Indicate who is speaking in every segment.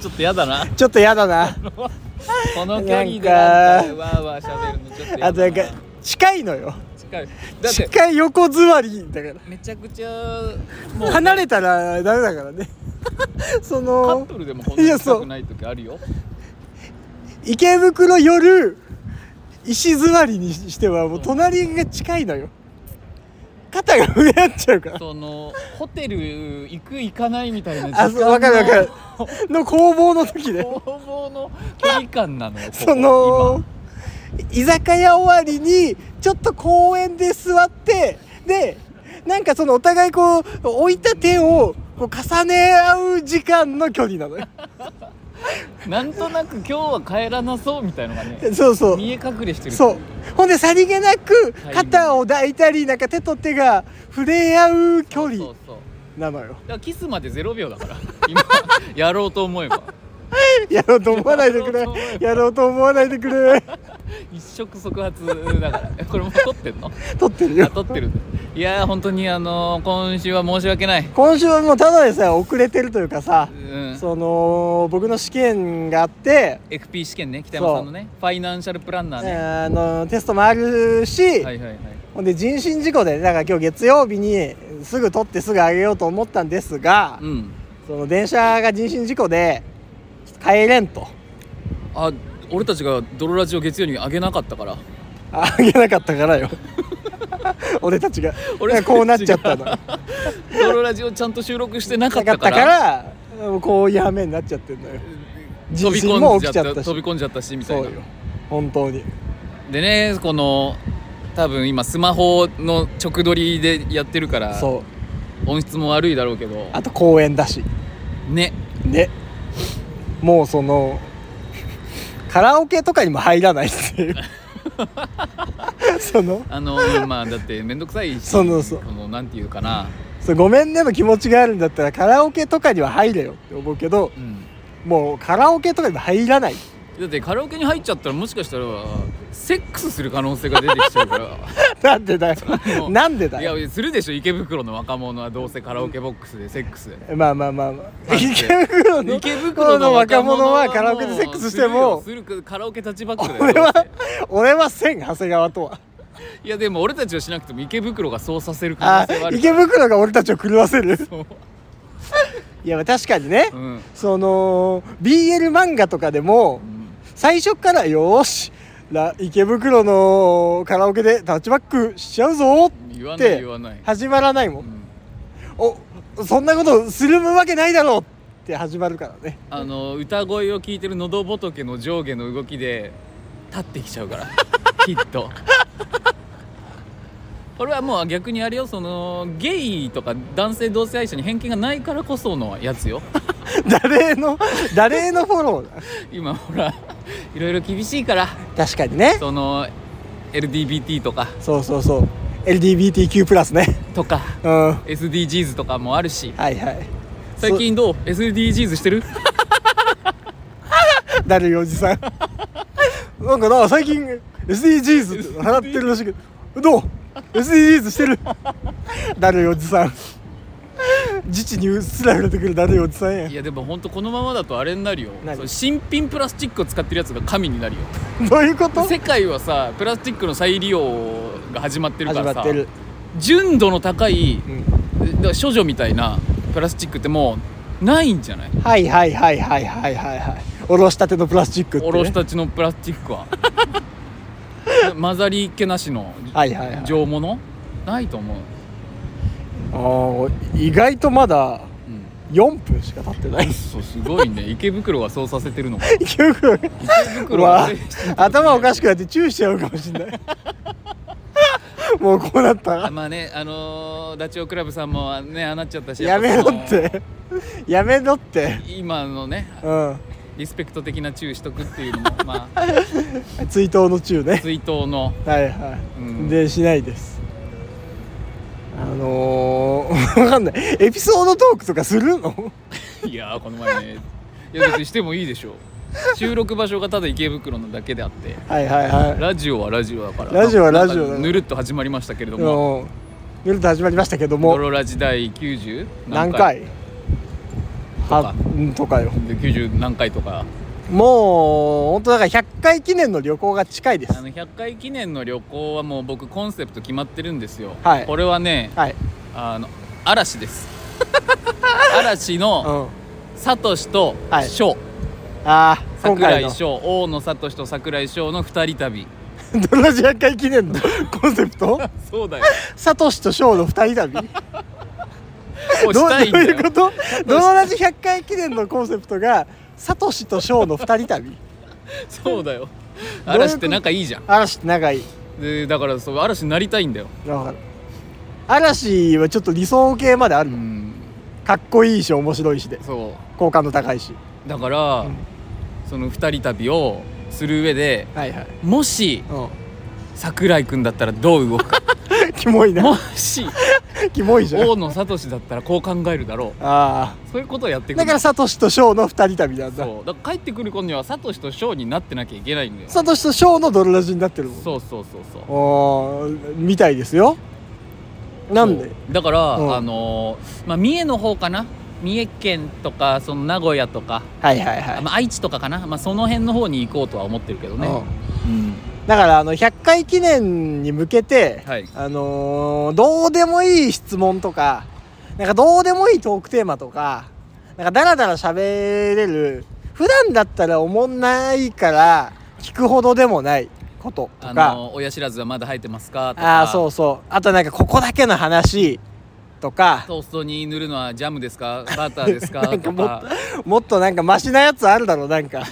Speaker 1: ちょっとやだな
Speaker 2: ちょっと やだな
Speaker 1: この距離でなんか
Speaker 2: なんか
Speaker 1: わーわーしゃべるのちょっとやだ
Speaker 2: あとなんか近いのよ
Speaker 1: 近いだって
Speaker 2: 近い横座りだから
Speaker 1: めちゃくちゃもう
Speaker 2: 離れたらダメだか らねそ
Speaker 1: カ
Speaker 2: の
Speaker 1: ップルでもこんなに近くない時あるよ
Speaker 2: 池袋夜石座りにしてはもう隣が近いのよ肩が上になっちゃうから
Speaker 1: そのホテル行く行かないみたいな
Speaker 2: あそう分かる分かるの攻防の時で
Speaker 1: 攻防の距離感なのよここ
Speaker 2: その居酒屋終わりにちょっと公園で座ってでなんかそのお互いこう置いた手をこう重ね合う時間の距離なのよ
Speaker 1: 今なんとなく今日は帰らなそうみたいのがね
Speaker 2: そうそう
Speaker 1: 見え隠れしてる
Speaker 2: そうほんでさりげなく
Speaker 1: はい
Speaker 2: 肩を抱いたりなんか手と手が触れ合う距
Speaker 1: そう
Speaker 2: 離
Speaker 1: そう
Speaker 2: なのよ
Speaker 1: だからキスまで0秒だから今やろうと思えば
Speaker 2: やろうと思わないでくれやろうと思わないでくれ
Speaker 1: 一触即発だからえこれもう撮ってんの
Speaker 2: 撮ってる
Speaker 1: あ
Speaker 2: よ
Speaker 1: 撮ってるいやー本当にあのー今週は申し訳ない、
Speaker 2: 今週はもうただでさえ遅れてるというかさ
Speaker 1: うん、
Speaker 2: その僕の試験があって、
Speaker 1: FP 試験ね北山さんのねファイナンシャルプランナーね、
Speaker 2: あのテストもあるし、
Speaker 1: はいはいはい
Speaker 2: ほんで人身事故でねだから今日月曜日にすぐ取ってすぐあげようと思ったんですが、
Speaker 1: うん
Speaker 2: その電車が人身事故でちょっと帰れんと
Speaker 1: あ俺たちが「泥ラジオ」月曜にあげなかったから
Speaker 2: ああげなかったからよ俺たちが
Speaker 1: 俺たちが
Speaker 2: こうなっちゃった のな
Speaker 1: 「泥ラジオ」ちゃんと収録してなかったから
Speaker 2: らもうこういう羽目になっちゃってんのよ
Speaker 1: 飛び
Speaker 2: 地震も
Speaker 1: 込ん
Speaker 2: 起
Speaker 1: じゃっ
Speaker 2: きち
Speaker 1: た
Speaker 2: ゃったし
Speaker 1: 飛び込んじゃったしみたい
Speaker 2: そ
Speaker 1: な
Speaker 2: うよ本当に
Speaker 1: でねこの多分今スマホの直撮りでやってるから
Speaker 2: そう
Speaker 1: 音質も悪いだろうけど
Speaker 2: あと公園だし
Speaker 1: ね
Speaker 2: ねもうそのカラオケとかにも入らないっ ていうその
Speaker 1: あのまあだって面倒くさいし
Speaker 2: そうそうそう
Speaker 1: このなんていうかな、
Speaker 2: そうごめんねの気持ちがあるんだったらカラオケとかには入れよって思うけど
Speaker 1: うん、
Speaker 2: もうカラオケとかにも入らない
Speaker 1: だってカラオケに入っちゃったらもしかしたらセックスする可能性が出てきちゃうから
Speaker 2: なんでだよ
Speaker 1: もう
Speaker 2: なん でだ
Speaker 1: い
Speaker 2: よ
Speaker 1: やするでしょ池袋の若者はどうせカラオケボックスでセックス
Speaker 2: まあまあまあまあ
Speaker 1: だって
Speaker 2: 池袋の
Speaker 1: 池袋の
Speaker 2: 若
Speaker 1: 若
Speaker 2: 者
Speaker 1: 者
Speaker 2: は
Speaker 1: は
Speaker 2: カラオケでセックスしても
Speaker 1: するよするカラオケ立ちバックだよ
Speaker 2: 俺は
Speaker 1: どうせ
Speaker 2: 俺は千長谷川とはい
Speaker 1: やでも俺たちはしなくても池袋がそうさせる可
Speaker 2: あ
Speaker 1: 能性はある
Speaker 2: 池袋が俺たちを狂わせる
Speaker 1: そう
Speaker 2: いや確かにね、
Speaker 1: うん
Speaker 2: その BL 漫画とかでも
Speaker 1: うん
Speaker 2: 最初からよーしら池袋のカラオケでタッチバックしちゃうぞっ
Speaker 1: 言わない
Speaker 2: て
Speaker 1: 言わない、
Speaker 2: 始まらないも、
Speaker 1: うんん
Speaker 2: おそんなことするわけないだろうって始まるからね
Speaker 1: あの歌声を聞いてる喉仏の上下の動きで立ってきちゃうからきっとこれはもう逆にあれよそのゲイとか男性同性愛者に偏見がないからこそのやつよ
Speaker 2: 誰への誰へのフォローだ
Speaker 1: 今ほらいろいろ厳しいから
Speaker 2: 確かにね
Speaker 1: その LGBT とか
Speaker 2: そうそうそう LGBTQ+ プラスね
Speaker 1: とか
Speaker 2: うんは
Speaker 1: SDGs とかもあるし
Speaker 2: いはい
Speaker 1: 最近どう SDGs してる
Speaker 2: だるいおじさん なんかな最近 SDGs って払ってるらしいけどどう SDGs してる だるいおじさん自治にうっすら触れてくるだるいおじさんや
Speaker 1: いやでもほんとこのままだとあれになるよ
Speaker 2: 何
Speaker 1: その新品プラスチックを使ってるやつが神になるよ
Speaker 2: どういうこと
Speaker 1: 世界はさプラスチックの再利用が始まってるか
Speaker 2: 始
Speaker 1: ら
Speaker 2: ま
Speaker 1: さ
Speaker 2: ってる、
Speaker 1: 純度の高い
Speaker 2: うん、
Speaker 1: だから処女みたいなプラスチックってもうないんじゃない
Speaker 2: はいはいはいはいはいはいはいおろしたてのプラスチックって、ね、
Speaker 1: おろしたちのプラスチック は混ざりっけなしの
Speaker 2: はいはいはい
Speaker 1: 上物、ないと思う、
Speaker 2: あー意外とまだ
Speaker 1: うん、
Speaker 2: 4分しか経ってない
Speaker 1: そうすごいね池袋はそうさせてるのか
Speaker 2: 池 袋が
Speaker 1: 池袋は
Speaker 2: わあ頭おかしくなってチューしちゃうかもしれない もうこうなったら
Speaker 1: まあねあのーダチョウ倶楽部さんもねああなっちゃったし
Speaker 2: やめ
Speaker 1: っぱ
Speaker 2: ろ
Speaker 1: その
Speaker 2: ってやめろって
Speaker 1: 今のね
Speaker 2: うん
Speaker 1: リスペクト的な注意しとくっていうのもまあ
Speaker 2: 追悼の中ね
Speaker 1: 追悼の
Speaker 2: はいは
Speaker 1: うん
Speaker 2: いでしないですあのー、 わかんないエピソードトークとかするの
Speaker 1: いやーこの前ねいや別にしてもいいでしょう収録場所がただ池袋のだけであって
Speaker 2: はいはいは
Speaker 1: ラジオはラジオだから
Speaker 2: ラジオはラジオだ
Speaker 1: なんかぬるっと始まりましたけれど
Speaker 2: い
Speaker 1: も
Speaker 2: もうゆるっと始まりましたけど
Speaker 1: 「ド
Speaker 2: も
Speaker 1: ロラジ第90」
Speaker 2: 何回
Speaker 1: とか
Speaker 2: うんとかよ
Speaker 1: で90何回とか
Speaker 2: もう本当だから100回記念の旅行が近いで
Speaker 1: あ
Speaker 2: す
Speaker 1: の100回記念の旅行はもう僕コンセプト決まってるんですよ、
Speaker 2: はい
Speaker 1: これはね
Speaker 2: はい
Speaker 1: あの嵐です 嵐
Speaker 2: う
Speaker 1: の
Speaker 2: ん
Speaker 1: サトシと
Speaker 2: はい
Speaker 1: 翔、
Speaker 2: ああ今
Speaker 1: 桜
Speaker 2: 回
Speaker 1: 井
Speaker 2: の
Speaker 1: 翔大野サトシと桜井翔の二人旅
Speaker 2: どんな100回記念の コンセプト
Speaker 1: そう だよ
Speaker 2: サトシとショーの二人旅
Speaker 1: もうし
Speaker 2: どうど
Speaker 1: た
Speaker 2: う
Speaker 1: いんだ
Speaker 2: いうこ
Speaker 1: よ
Speaker 2: と同じ100回記念のコンセプトがサトシとショーの二人旅
Speaker 1: そうだよ
Speaker 2: と
Speaker 1: 嵐って仲いいじゃん
Speaker 2: 嵐って仲いい
Speaker 1: でだからそう嵐になりたいんだよ
Speaker 2: わかる嵐はちょっと理想系まである
Speaker 1: う
Speaker 2: の、
Speaker 1: ん
Speaker 2: かっこいいし面白いしで
Speaker 1: そ
Speaker 2: 好感度高いし
Speaker 1: うだから、
Speaker 2: うん
Speaker 1: その二人旅をする上で
Speaker 2: はいはい
Speaker 1: もし
Speaker 2: う
Speaker 1: 桜井君だったらどう動 くか
Speaker 2: んキモいな
Speaker 1: もし
Speaker 2: キモいじゃん
Speaker 1: 大野聡だったらこう考えるだろ
Speaker 2: あ
Speaker 1: うそういうことをやって
Speaker 2: あ
Speaker 1: いく
Speaker 2: だ
Speaker 1: ん
Speaker 2: からサトシとショーの二人旅なんだ
Speaker 1: そうだから帰ってくる頃には聡と翔になってなきゃいけないんだよ
Speaker 2: サトシとショーのドロラジになってるもん
Speaker 1: そうそうそうそう
Speaker 2: おーみたいですよなんで
Speaker 1: そうだから、
Speaker 2: うん
Speaker 1: あのーまあ、三重の方かな三重県とかその名古屋とか、
Speaker 2: はいはいはい、
Speaker 1: まあ、愛知とかかな、まあ、その辺の方に行こうとは思ってるけどね、
Speaker 2: うん
Speaker 1: うん
Speaker 2: だからあの100回記念に向けて、
Speaker 1: はい
Speaker 2: あのーどうでもいい質問とかなんかどうでもいいトークテーマとかなんかダラダラ喋れる普段だったらおもんないから聞くほどでもないことと
Speaker 1: あ
Speaker 2: か、
Speaker 1: のー親知らずはまだ生えてますかとか
Speaker 2: ああそうそうあとなんかここだけの話とか
Speaker 1: トーストに塗るのはジャムですかバターですか
Speaker 2: なんか
Speaker 1: と
Speaker 2: も
Speaker 1: か
Speaker 2: っともっとなんかマシなやつあるだろうなんか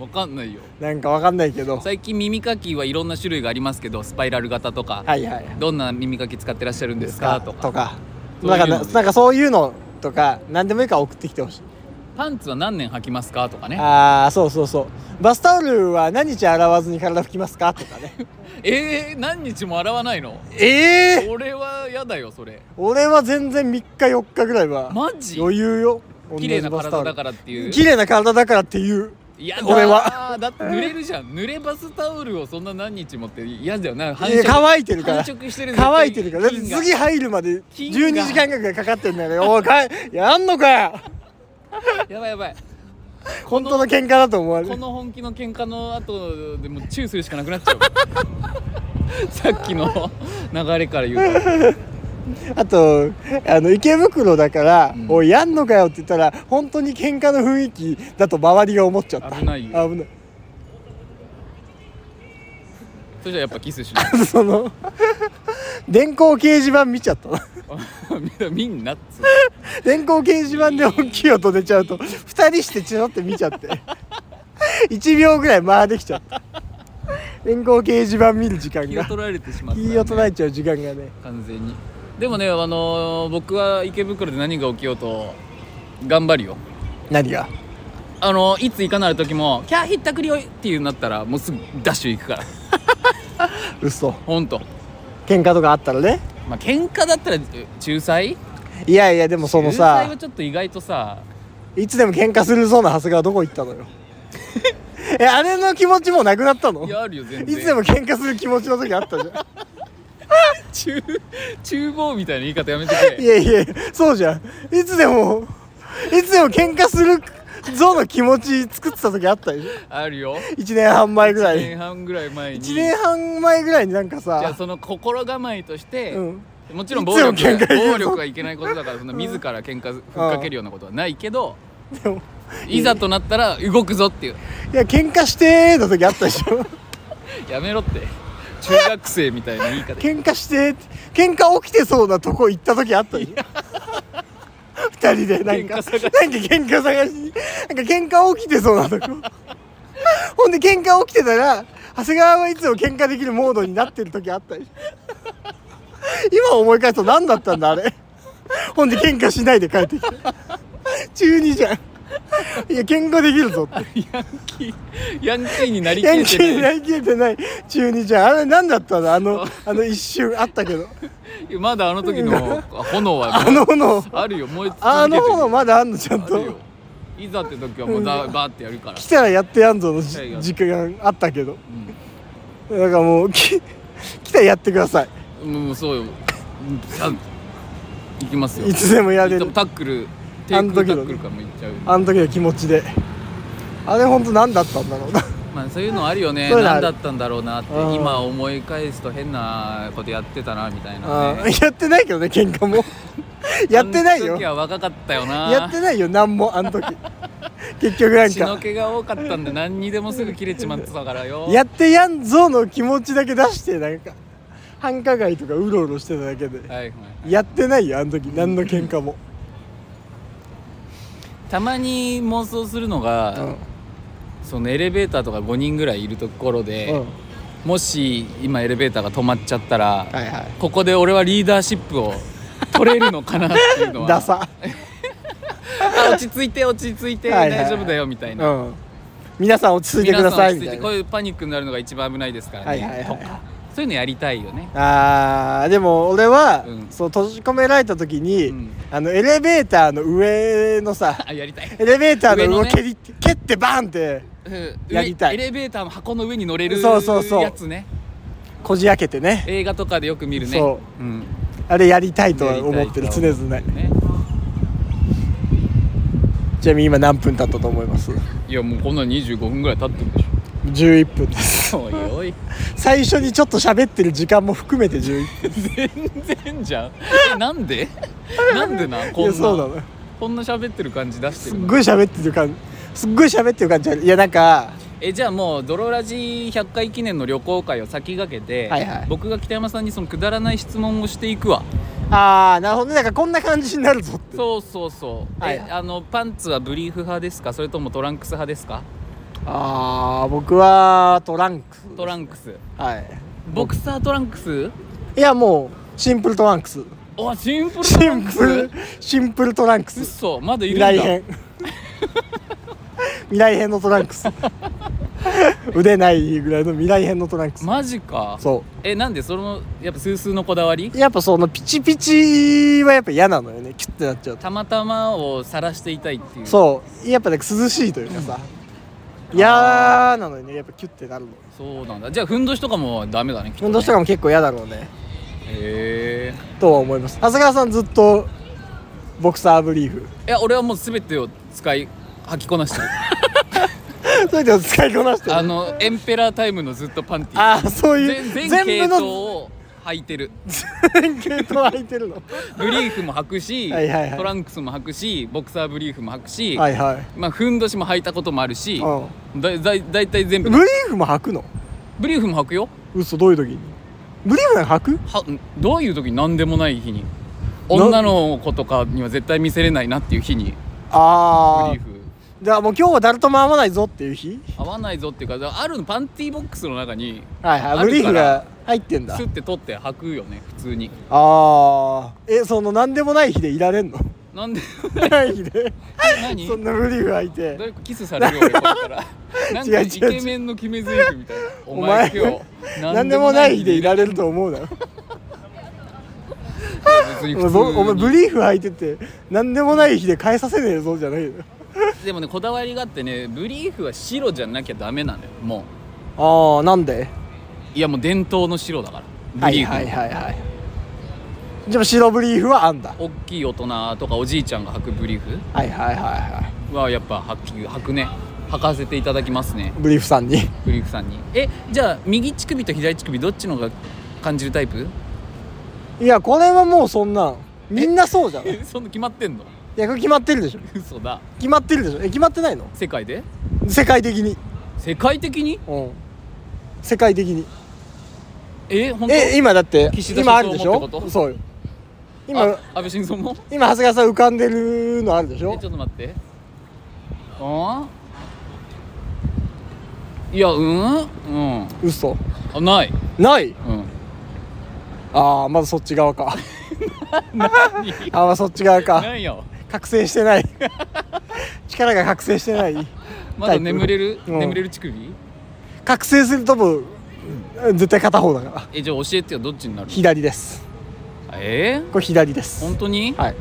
Speaker 1: わかんないよ
Speaker 2: なんかわかんないけど
Speaker 1: 最近耳かきはいろんな種類がありますけどスパイラル型とか、
Speaker 2: はいはい
Speaker 1: どんな耳かき使ってらっしゃるんですかとか
Speaker 2: とか
Speaker 1: そういうの
Speaker 2: なんかななんかそういうのとか何でもいいから送ってきてほしい
Speaker 1: パンツは何年履きますかとかね
Speaker 2: ああそうそうそうバスタオルは何日洗わずに体拭きますかとかね
Speaker 1: えー、何日も洗わないの
Speaker 2: ええ
Speaker 1: 俺はやだよそれ
Speaker 2: 俺は全然3日4日ぐらいは
Speaker 1: マジ
Speaker 2: 余裕よ
Speaker 1: 綺麗な
Speaker 2: 同じバスタ
Speaker 1: 体
Speaker 2: オル
Speaker 1: だからっていう
Speaker 2: 綺麗な体だからっていう
Speaker 1: いやだ
Speaker 2: 俺は
Speaker 1: だって濡れるじゃん濡れバスタオルをそんな何日もって嫌だよな
Speaker 2: えー乾いてるから
Speaker 1: 繁殖してる
Speaker 2: 乾いてるからだって
Speaker 1: 菌が
Speaker 2: 次入るまで
Speaker 1: 菌
Speaker 2: 12
Speaker 1: が
Speaker 2: 時間ぐらいかかってんだよおいかいやんのかよ
Speaker 1: やばいやばい
Speaker 2: 本当の喧嘩だと思われ
Speaker 1: こ
Speaker 2: る
Speaker 1: の本気の喧嘩の後でもうチューするしかなくなっちゃう さっきの流れから言うと
Speaker 2: あとあの池袋だから
Speaker 1: う
Speaker 2: 「
Speaker 1: ん
Speaker 2: おいやんのかよ」って言ったら本当に喧嘩の雰囲気だと周りが思っちゃった
Speaker 1: 危ないよ
Speaker 2: 危ない
Speaker 1: それじゃやっぱキスしない
Speaker 2: その電光掲示板見ちゃったな
Speaker 1: みんなっつう
Speaker 2: 電光掲示板で大きい音出ちゃうと2人してチロって見ちゃって1秒ぐらい間できちゃった電光掲示板見る時間
Speaker 1: 気を
Speaker 2: が
Speaker 1: 取られてしまった、ね、
Speaker 2: 気を捉えちゃう時間がね
Speaker 1: 完全にでもねあのー僕は池袋で何が起きようと頑張るよ
Speaker 2: 何が
Speaker 1: あのーいついかなる時も「キャーひったくりよい!」っていうなったらもうすぐダッシュ行くから
Speaker 2: 嘘
Speaker 1: ほんと
Speaker 2: 喧嘩とかあったらね
Speaker 1: まあ喧嘩だったらえ仲裁
Speaker 2: いやいやでもその
Speaker 1: 仲裁は
Speaker 2: さ
Speaker 1: ちょっと意外とさ
Speaker 2: いつでも喧嘩するそうな長谷川どこ行っ たのよえあれの気持ちもうなくなったの
Speaker 1: いやあるよ全
Speaker 2: い
Speaker 1: 然
Speaker 2: つでも喧嘩する気持ちの時あったじゃん
Speaker 1: 厨厨房みたいな言い方やめてく
Speaker 2: い
Speaker 1: れ
Speaker 2: やいやそうじゃんいつでもいつでも喧嘩するぞの気持ち作ってた時あったでしょ
Speaker 1: あるよ
Speaker 2: 1年半前ぐら
Speaker 1: 1年
Speaker 2: い
Speaker 1: 半ぐらい前に
Speaker 2: 1年半前ぐらいになんか
Speaker 1: じゃあ
Speaker 2: さ
Speaker 1: その心構えとして、
Speaker 2: うん
Speaker 1: もちろん
Speaker 2: い
Speaker 1: 暴
Speaker 2: つでも
Speaker 1: 力
Speaker 2: 喧嘩
Speaker 1: は
Speaker 2: 言うぞ
Speaker 1: 暴力はいけないことだからそんな自ら喧嘩ふっかけるようなことはないけど、
Speaker 2: でも
Speaker 1: いざとなったら動くぞっていう
Speaker 2: いや喧嘩してーの時あったでしょ
Speaker 1: やめろって中学生みたいな言い方
Speaker 2: 喧嘩してーって喧嘩起きてそうなとこ行った時あったでしょ2人でなんか
Speaker 1: 喧嘩探し
Speaker 2: なんか喧嘩探しになんか喧嘩起きてそう なとこほんで喧嘩起きてたら長谷川はいつも喧嘩できるモードになってる時あったでしょ今思い返すと何だったんだあれほんで喧嘩しないで帰ってきた中2じゃんいや喧嘩できるぞ って
Speaker 1: ヤンキーヤンキーになりき
Speaker 2: ヤン
Speaker 1: れ
Speaker 2: キー
Speaker 1: て
Speaker 2: に
Speaker 1: な
Speaker 2: ないりきれてない中2じゃんあれ何だったのあのあの一瞬あったけど
Speaker 1: まだあの時の炎は
Speaker 2: あの炎
Speaker 1: あるよ燃え続けてる
Speaker 2: あの炎まだあんのちゃん
Speaker 1: ある
Speaker 2: と
Speaker 1: よいざって時はもうだバーってやるから
Speaker 2: 来たらやってやんぞの
Speaker 1: いやい
Speaker 2: じ
Speaker 1: や
Speaker 2: 時間あったけど、だからもうき 来たらやってください
Speaker 1: うんそうようんさ行きますよ
Speaker 2: いつでもやれる
Speaker 1: タックルテイクタ
Speaker 2: あの時の
Speaker 1: ックルかもいっちゃう
Speaker 2: あの時の気持ちであれ本当何だったんだろうな
Speaker 1: まあそういうのあるよね
Speaker 2: そういうのあ
Speaker 1: 何
Speaker 2: る
Speaker 1: だったんだろうなって
Speaker 2: うん
Speaker 1: 今思い返すと変なことやってたなみたいな
Speaker 2: あ
Speaker 1: ね
Speaker 2: ーやってないけどね喧 嘩もやってな
Speaker 1: あ
Speaker 2: い
Speaker 1: の
Speaker 2: よ
Speaker 1: 時は若かったよな
Speaker 2: やってないよ何もあの時結局なん
Speaker 1: 血の
Speaker 2: か
Speaker 1: 気が多かったんで何にでもすぐ切れちまってたからよ
Speaker 2: やってやんぞの気持ちだけ出してなんか繁華街とかうろうろしてただけで
Speaker 1: はいはい
Speaker 2: やってないよあの時何の喧嘩も、
Speaker 1: たまに妄想するの
Speaker 2: う
Speaker 1: が、
Speaker 2: ん
Speaker 1: そのエレベーターとか5人ぐらいいるところで、
Speaker 2: うん
Speaker 1: もし今エレベーターが止まっちゃったら、
Speaker 2: はいはい
Speaker 1: ここで俺はリーダーシップを取れるのかなっていうのは
Speaker 2: ダサ
Speaker 1: あ落ち着いて落ち着いて
Speaker 2: はい
Speaker 1: 大
Speaker 2: はい
Speaker 1: 丈夫だよみたいな、
Speaker 2: うん皆さん落ち着いてください
Speaker 1: 皆さん落
Speaker 2: みた
Speaker 1: ち着
Speaker 2: い
Speaker 1: てこ
Speaker 2: な
Speaker 1: ういうパニックになるのが一番危ないですからね、
Speaker 2: はいはいはい
Speaker 1: とかそういうのやりたいよね
Speaker 2: あーでも俺は、
Speaker 1: うん
Speaker 2: そう閉じ込められた時に、
Speaker 1: うん
Speaker 2: あのエレベーターの上の さ
Speaker 1: あやりたい
Speaker 2: エレベーターの上を
Speaker 1: 上のね
Speaker 2: 蹴り、蹴ってバーンって
Speaker 1: うん
Speaker 2: やりたい
Speaker 1: 上エレベーターの箱の上に乗れる
Speaker 2: そうそうそう
Speaker 1: やつね
Speaker 2: こじ開けてね
Speaker 1: 映画とかでよく見るね、
Speaker 2: そう
Speaker 1: ん、
Speaker 2: あれやりたいとは思ってる
Speaker 1: やり
Speaker 2: 常
Speaker 1: たいとは
Speaker 2: 々
Speaker 1: ね
Speaker 2: ちなみに今何分経ったと思います
Speaker 1: いやもうこんな25分ぐらい経ってるでし
Speaker 2: 11分です
Speaker 1: ょおいおい
Speaker 2: 最初にちょっと喋ってる時間も含めて11分
Speaker 1: 全然じゃんえなんで なんでなん
Speaker 2: い
Speaker 1: こん
Speaker 2: や
Speaker 1: な
Speaker 2: そうなの
Speaker 1: こんな喋ってる感じ出して
Speaker 2: すっ
Speaker 1: るの
Speaker 2: ごい喋ってる感じすっごい喋ってる感じあるいやなんか
Speaker 1: えじゃあもう「ドロラジ100回記念」の旅行会を先駆けて、
Speaker 2: はいはい
Speaker 1: 僕が北山さんにそのくだらない質問をしていくわ
Speaker 2: ああなるほどねなんかこんな感じになるぞって
Speaker 1: そうそうそう、
Speaker 2: はい
Speaker 1: えあのパンツはブリーフ派ですかそれともトランクス派ですか
Speaker 2: ああ僕はトランクス
Speaker 1: トランクス
Speaker 2: はい
Speaker 1: ボクサートランクス
Speaker 2: いやもうシンプルトランクス
Speaker 1: おシンプルト
Speaker 2: シ
Speaker 1: ラン
Speaker 2: ン
Speaker 1: ク
Speaker 2: プル
Speaker 1: ス
Speaker 2: シンプルトランクス
Speaker 1: 嘘まだいるん
Speaker 2: 未
Speaker 1: だ
Speaker 2: 来編未来編のトランクス腕ないぐらいの未来編のトランクス
Speaker 1: マジか
Speaker 2: そ
Speaker 1: えなんでそのやっぱスースーのこだわり
Speaker 2: うやっぱそのピチピチはやっぱ嫌なのよねキュッてなっちゃうと
Speaker 1: たまたまを晒していたいっていうう
Speaker 2: そうやっぱなんか涼しいというかさ嫌なのよねやっぱキュッてなるの
Speaker 1: そうなんだじゃあふんどしとかもダメだねきっとね
Speaker 2: 運動しとかも結構嫌だろうね
Speaker 1: へ
Speaker 2: とは思います長谷川さんずっとボクサーブリーフ
Speaker 1: えいや俺はもう全てを使い履きこなしてる
Speaker 2: そういうの使いこなしてる
Speaker 1: あのエンペラータイムのずっとパンティ
Speaker 2: ああそういう
Speaker 1: 全全系
Speaker 2: 全部
Speaker 1: 統
Speaker 2: の
Speaker 1: を履いて る
Speaker 2: 全系統空いてるの
Speaker 1: ブリーフも履くし
Speaker 2: はいはいはい
Speaker 1: トランクスも履くしボクサーブリーフも履くし、
Speaker 2: はいはい
Speaker 1: まあ、ふんどしも履いたこともあるし
Speaker 2: う
Speaker 1: だいだいだいたい全
Speaker 2: ん
Speaker 1: 部
Speaker 2: ブリーフも履くの
Speaker 1: ブリーフも履くよ
Speaker 2: 嘘どういう時にブリーフなんか履く
Speaker 1: はどういう時に何でもない日に女の子とかには絶対見せれないなっていう日にブ
Speaker 2: ああ
Speaker 1: リーフ
Speaker 2: じゃあもう今日は誰とも会わないぞっていう日
Speaker 1: 合わないぞっていうかだからあるパンティーボックスの中に
Speaker 2: はいは
Speaker 1: あるか
Speaker 2: い
Speaker 1: ら
Speaker 2: ブリーフが入ってんだ
Speaker 1: スッて取って履くよね普通に
Speaker 2: ああえその何でもない日でいられんの
Speaker 1: なん で
Speaker 2: ない日で
Speaker 1: 何
Speaker 2: そんなブリーフ履いて
Speaker 1: 誰かキスされるよ俺これか らなんか
Speaker 2: 違う違う違う
Speaker 1: イケメンの決め台詞みたいなお
Speaker 2: お
Speaker 1: 前
Speaker 2: 前
Speaker 1: 今日
Speaker 2: 何でもない日でいら
Speaker 1: る
Speaker 2: れると思うなよ
Speaker 1: 別に
Speaker 2: お前
Speaker 1: 普
Speaker 2: ぼ
Speaker 1: 通に
Speaker 2: お前ブリーフ履いてて何でもない日で返させねえぞじゃないよ
Speaker 1: でもねこだわりがあってねブリーフは白じゃなきゃダメなのよも
Speaker 2: ああなんで
Speaker 1: ういやもう伝統の白だからブリーフの、
Speaker 2: はいはいでも白ブリーフはあんだ
Speaker 1: 大きい大人とかおじいちゃんが履くブリーフ
Speaker 2: はいはいはいは
Speaker 1: はやっぱ履き履くね履かせていただきますね
Speaker 2: いブリーフさんに
Speaker 1: ブリーフさんにえじゃあ右乳首と左乳首どっちの方が感じるタイプ
Speaker 2: いやこれはもうそんなんみんなそうじゃんい
Speaker 1: そんな決まってんの
Speaker 2: やこれ決まってるでしょ
Speaker 1: 嘘だ
Speaker 2: 決まってるでしょえ決まってないの
Speaker 1: 世界で
Speaker 2: 世界的に
Speaker 1: 世界的に
Speaker 2: うん世界的に
Speaker 1: え本当
Speaker 2: え今だって
Speaker 1: 岸田
Speaker 2: 今あるでし
Speaker 1: 首相もってこ
Speaker 2: ょ
Speaker 1: と
Speaker 2: そうよ今
Speaker 1: あ安倍晋三も
Speaker 2: 今長谷川さん浮かんでるのあるでし
Speaker 1: え
Speaker 2: ょ
Speaker 1: ちょっと待ってあーいやうんうん
Speaker 2: 嘘
Speaker 1: あない
Speaker 2: ない
Speaker 1: うん
Speaker 2: ああまだそっち側か
Speaker 1: 何
Speaker 2: ああまあそっち側か
Speaker 1: 何よ
Speaker 2: 覚醒してない力が覚醒してない
Speaker 1: まだ眠れる
Speaker 2: タイプうん
Speaker 1: 眠れる乳首
Speaker 2: 覚醒するとも絶対片方だから
Speaker 1: えじゃあ教えてよどっちになる
Speaker 2: 左です
Speaker 1: え
Speaker 2: これ左です
Speaker 1: 本当に
Speaker 2: はい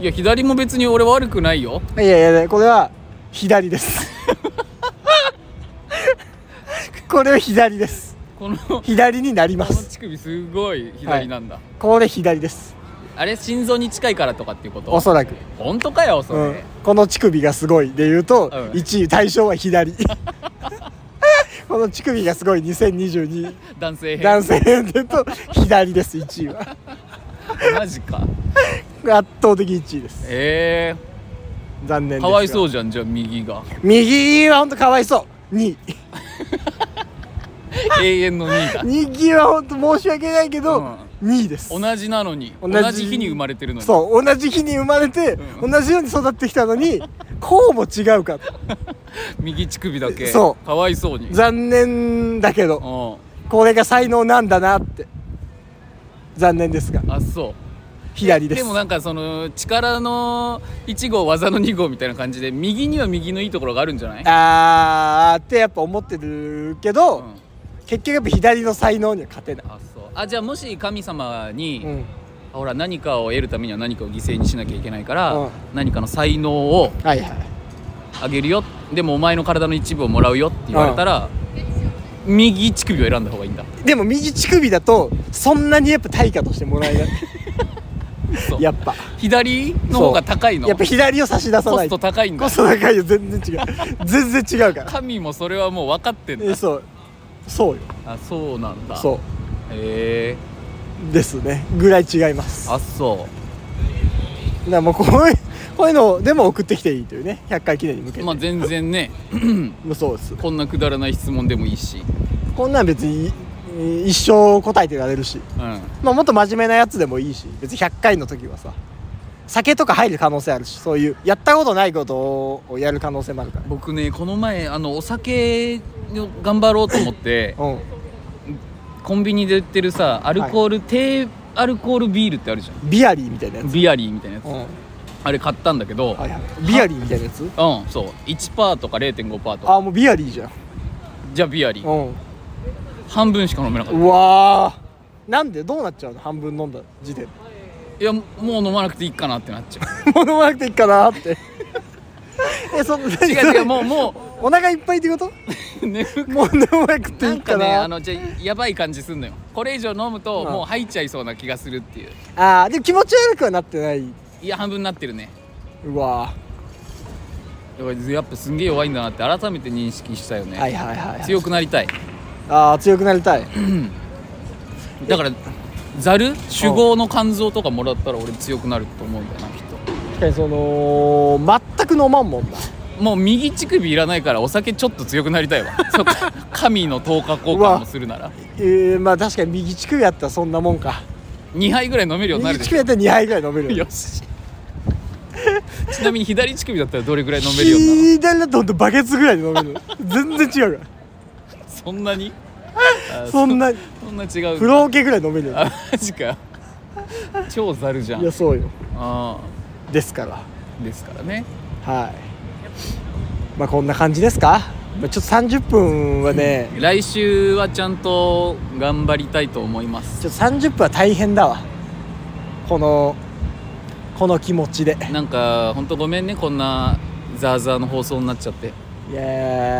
Speaker 1: いや左も別に俺悪くないよ
Speaker 2: いやいやこれは左です これは左です
Speaker 1: このこ
Speaker 2: 左になりま
Speaker 1: の
Speaker 2: す
Speaker 1: 乳首すごい左なんだ、
Speaker 2: これ左です
Speaker 1: あれ心臓に近いからとかっていうこと
Speaker 2: おそらく、
Speaker 1: 本当かよそれ、
Speaker 2: うん、この乳首がすごいで言うと、
Speaker 1: うん
Speaker 2: 1位対象は左 この乳首がすごい2022
Speaker 1: 男性編
Speaker 2: 男性編で言うと左です1位は
Speaker 1: マジか
Speaker 2: 圧倒的1位です
Speaker 1: え
Speaker 2: 残
Speaker 1: え
Speaker 2: 念です
Speaker 1: かわいそううじゃんじゃあ右が
Speaker 2: 右は本当かわいそう2位
Speaker 1: 永遠の2位だ
Speaker 2: 右は本当申し訳ないけど、2位です
Speaker 1: 同じなのに
Speaker 2: 同
Speaker 1: 同
Speaker 2: じ
Speaker 1: じ日に生まれてるのに
Speaker 2: そう同じ日に生まれて、
Speaker 1: うん
Speaker 2: 同じように育ってきたの にこうも違うか
Speaker 1: 右乳首だけ
Speaker 2: そう
Speaker 1: かわいそうにうん
Speaker 2: 残念だけどこれが才能なんだなって残念ですが
Speaker 1: あそう
Speaker 2: 左です
Speaker 1: でもなんかその力の1号技の2号みたいな感じで右には右のいいところがあるんじゃない
Speaker 2: あーってやっぱ思ってるけど、
Speaker 1: うん
Speaker 2: 結局やっぱ左の才能には勝てない、
Speaker 1: あそうあじゃあもし神様に、
Speaker 2: うん、
Speaker 1: ほら何かを得るためには何かを犠牲にしなきゃいけないから、
Speaker 2: うん
Speaker 1: 何かの才能を
Speaker 2: はいはい
Speaker 1: あげるよでもお前の体の一部をもらうよって言われたら、右乳首を選んだ方がいいんだ
Speaker 2: でも右乳首だとそんなにやっぱ対価としてもらえない
Speaker 1: そう
Speaker 2: やっぱ
Speaker 1: 左の方が高いの
Speaker 2: やっぱ左を差し出さ
Speaker 1: コ
Speaker 2: な
Speaker 1: ス
Speaker 2: い
Speaker 1: ト高いんだ
Speaker 2: コスト高いよ全然違う全然違うから
Speaker 1: 神もそれはもう分かってんだ
Speaker 2: えそうそうよ
Speaker 1: あそうなんだ
Speaker 2: そ
Speaker 1: へえ
Speaker 2: うですねぐらい違います
Speaker 1: あそ
Speaker 2: だからもうこういうこういうのをでも送ってきていいというね100回記念に向けて、
Speaker 1: うまあ全然ね
Speaker 2: もうそうです
Speaker 1: こんなくだらない質問でもいいし
Speaker 2: こんなん別にい一生答えてられるし、
Speaker 1: うん
Speaker 2: まあ、もっと真面目なやつでもいいし別に100回の時はさ酒とか入る可能性あるしそういうやったことないことをやる可能性もあるからね
Speaker 1: 僕ねこの前あのお酒を頑張ろうと思って
Speaker 2: うん
Speaker 1: コンビニで売ってるさアルコール、低アルコールビールってあるじゃ
Speaker 2: ビアリーみたいなやつ、
Speaker 1: んビアリーみたいなやつ、
Speaker 2: うんは
Speaker 1: あれ買ったんだけど、
Speaker 2: いはい、ビアリーみたいなやつ
Speaker 1: うんそう1%とか0.5%と
Speaker 2: あ
Speaker 1: か
Speaker 2: あもうビアリーじゃん、
Speaker 1: じゃあビアリー
Speaker 2: うん、
Speaker 1: 半分しか飲めなかった
Speaker 2: うわーなんでどうなっちゃうの半分飲んだ時点で
Speaker 1: いやもう飲まなくていいかなってなっちゃ
Speaker 2: もう飲まなくていいかなってえそんな
Speaker 1: う違う違うもう も
Speaker 2: お腹いっぱいって こと
Speaker 1: う眠く
Speaker 2: もう飲まなくて
Speaker 1: ない
Speaker 2: い
Speaker 1: ん
Speaker 2: か
Speaker 1: か
Speaker 2: な
Speaker 1: ねあのじゃあやばい感じすんのよこれ以上飲むと
Speaker 2: うん
Speaker 1: もう入っちゃいそうな気がするっていう
Speaker 2: あーでも気持ち悪くはなってない
Speaker 1: いや半分になってるね
Speaker 2: うわ
Speaker 1: やっぱやっぱすんげえ弱いんだなって改めて認識したよね、
Speaker 2: ーはいはいはい、はい、
Speaker 1: 強くなりたい
Speaker 2: あー強くなりたい
Speaker 1: だからザル酒豪の肝臓とかもらったら俺強くなると思うんだよなきっ
Speaker 2: 確かにその全く飲まんもんな
Speaker 1: ともう右乳首いらないからお酒ちょっと強くなりたいわ そうか神の10日交換もするなら
Speaker 2: えー、まあ確かに右乳首やったらそんなもんか
Speaker 1: 2杯ぐらい飲めるようにな
Speaker 2: 右
Speaker 1: るで
Speaker 2: 乳
Speaker 1: し
Speaker 2: 首やったら2杯ぐらい飲め
Speaker 1: ょ
Speaker 2: る
Speaker 1: よ
Speaker 2: よ
Speaker 1: しちなみに左乳首だったらどれぐらい飲めるようにな る
Speaker 2: 左だとほんとバケツぐらいで飲める全然違うか
Speaker 1: のそんなにあ
Speaker 2: らそんな
Speaker 1: そんな違う
Speaker 2: 風呂桶ぐらい飲めるよ
Speaker 1: あマジか超ザルじゃ
Speaker 2: いや
Speaker 1: ん
Speaker 2: そうよ
Speaker 1: あ
Speaker 2: ですから
Speaker 1: ーですからね
Speaker 2: はいまあこんな感じですか、まあ、ちょっと30分はね、
Speaker 1: 来週はちゃんと頑張りたいと思います
Speaker 2: ちょっと30分は大変だわこのこの気持ちで
Speaker 1: なんか本当ごめんねこんなザーザーの放送になっちゃって
Speaker 2: いや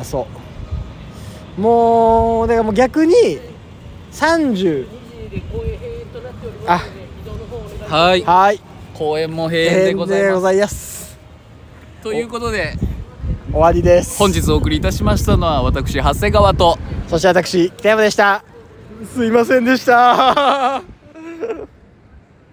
Speaker 2: ーそうもうだからもう逆に30あ
Speaker 1: はい
Speaker 2: はい
Speaker 1: 公演も閉園で
Speaker 2: で
Speaker 1: ござい
Speaker 2: ご
Speaker 1: ます
Speaker 2: ざいます
Speaker 1: ということで
Speaker 2: 終わりです
Speaker 1: 本日お送りいたしましたのは私長谷川と
Speaker 2: そして私北山でしたすいませんでした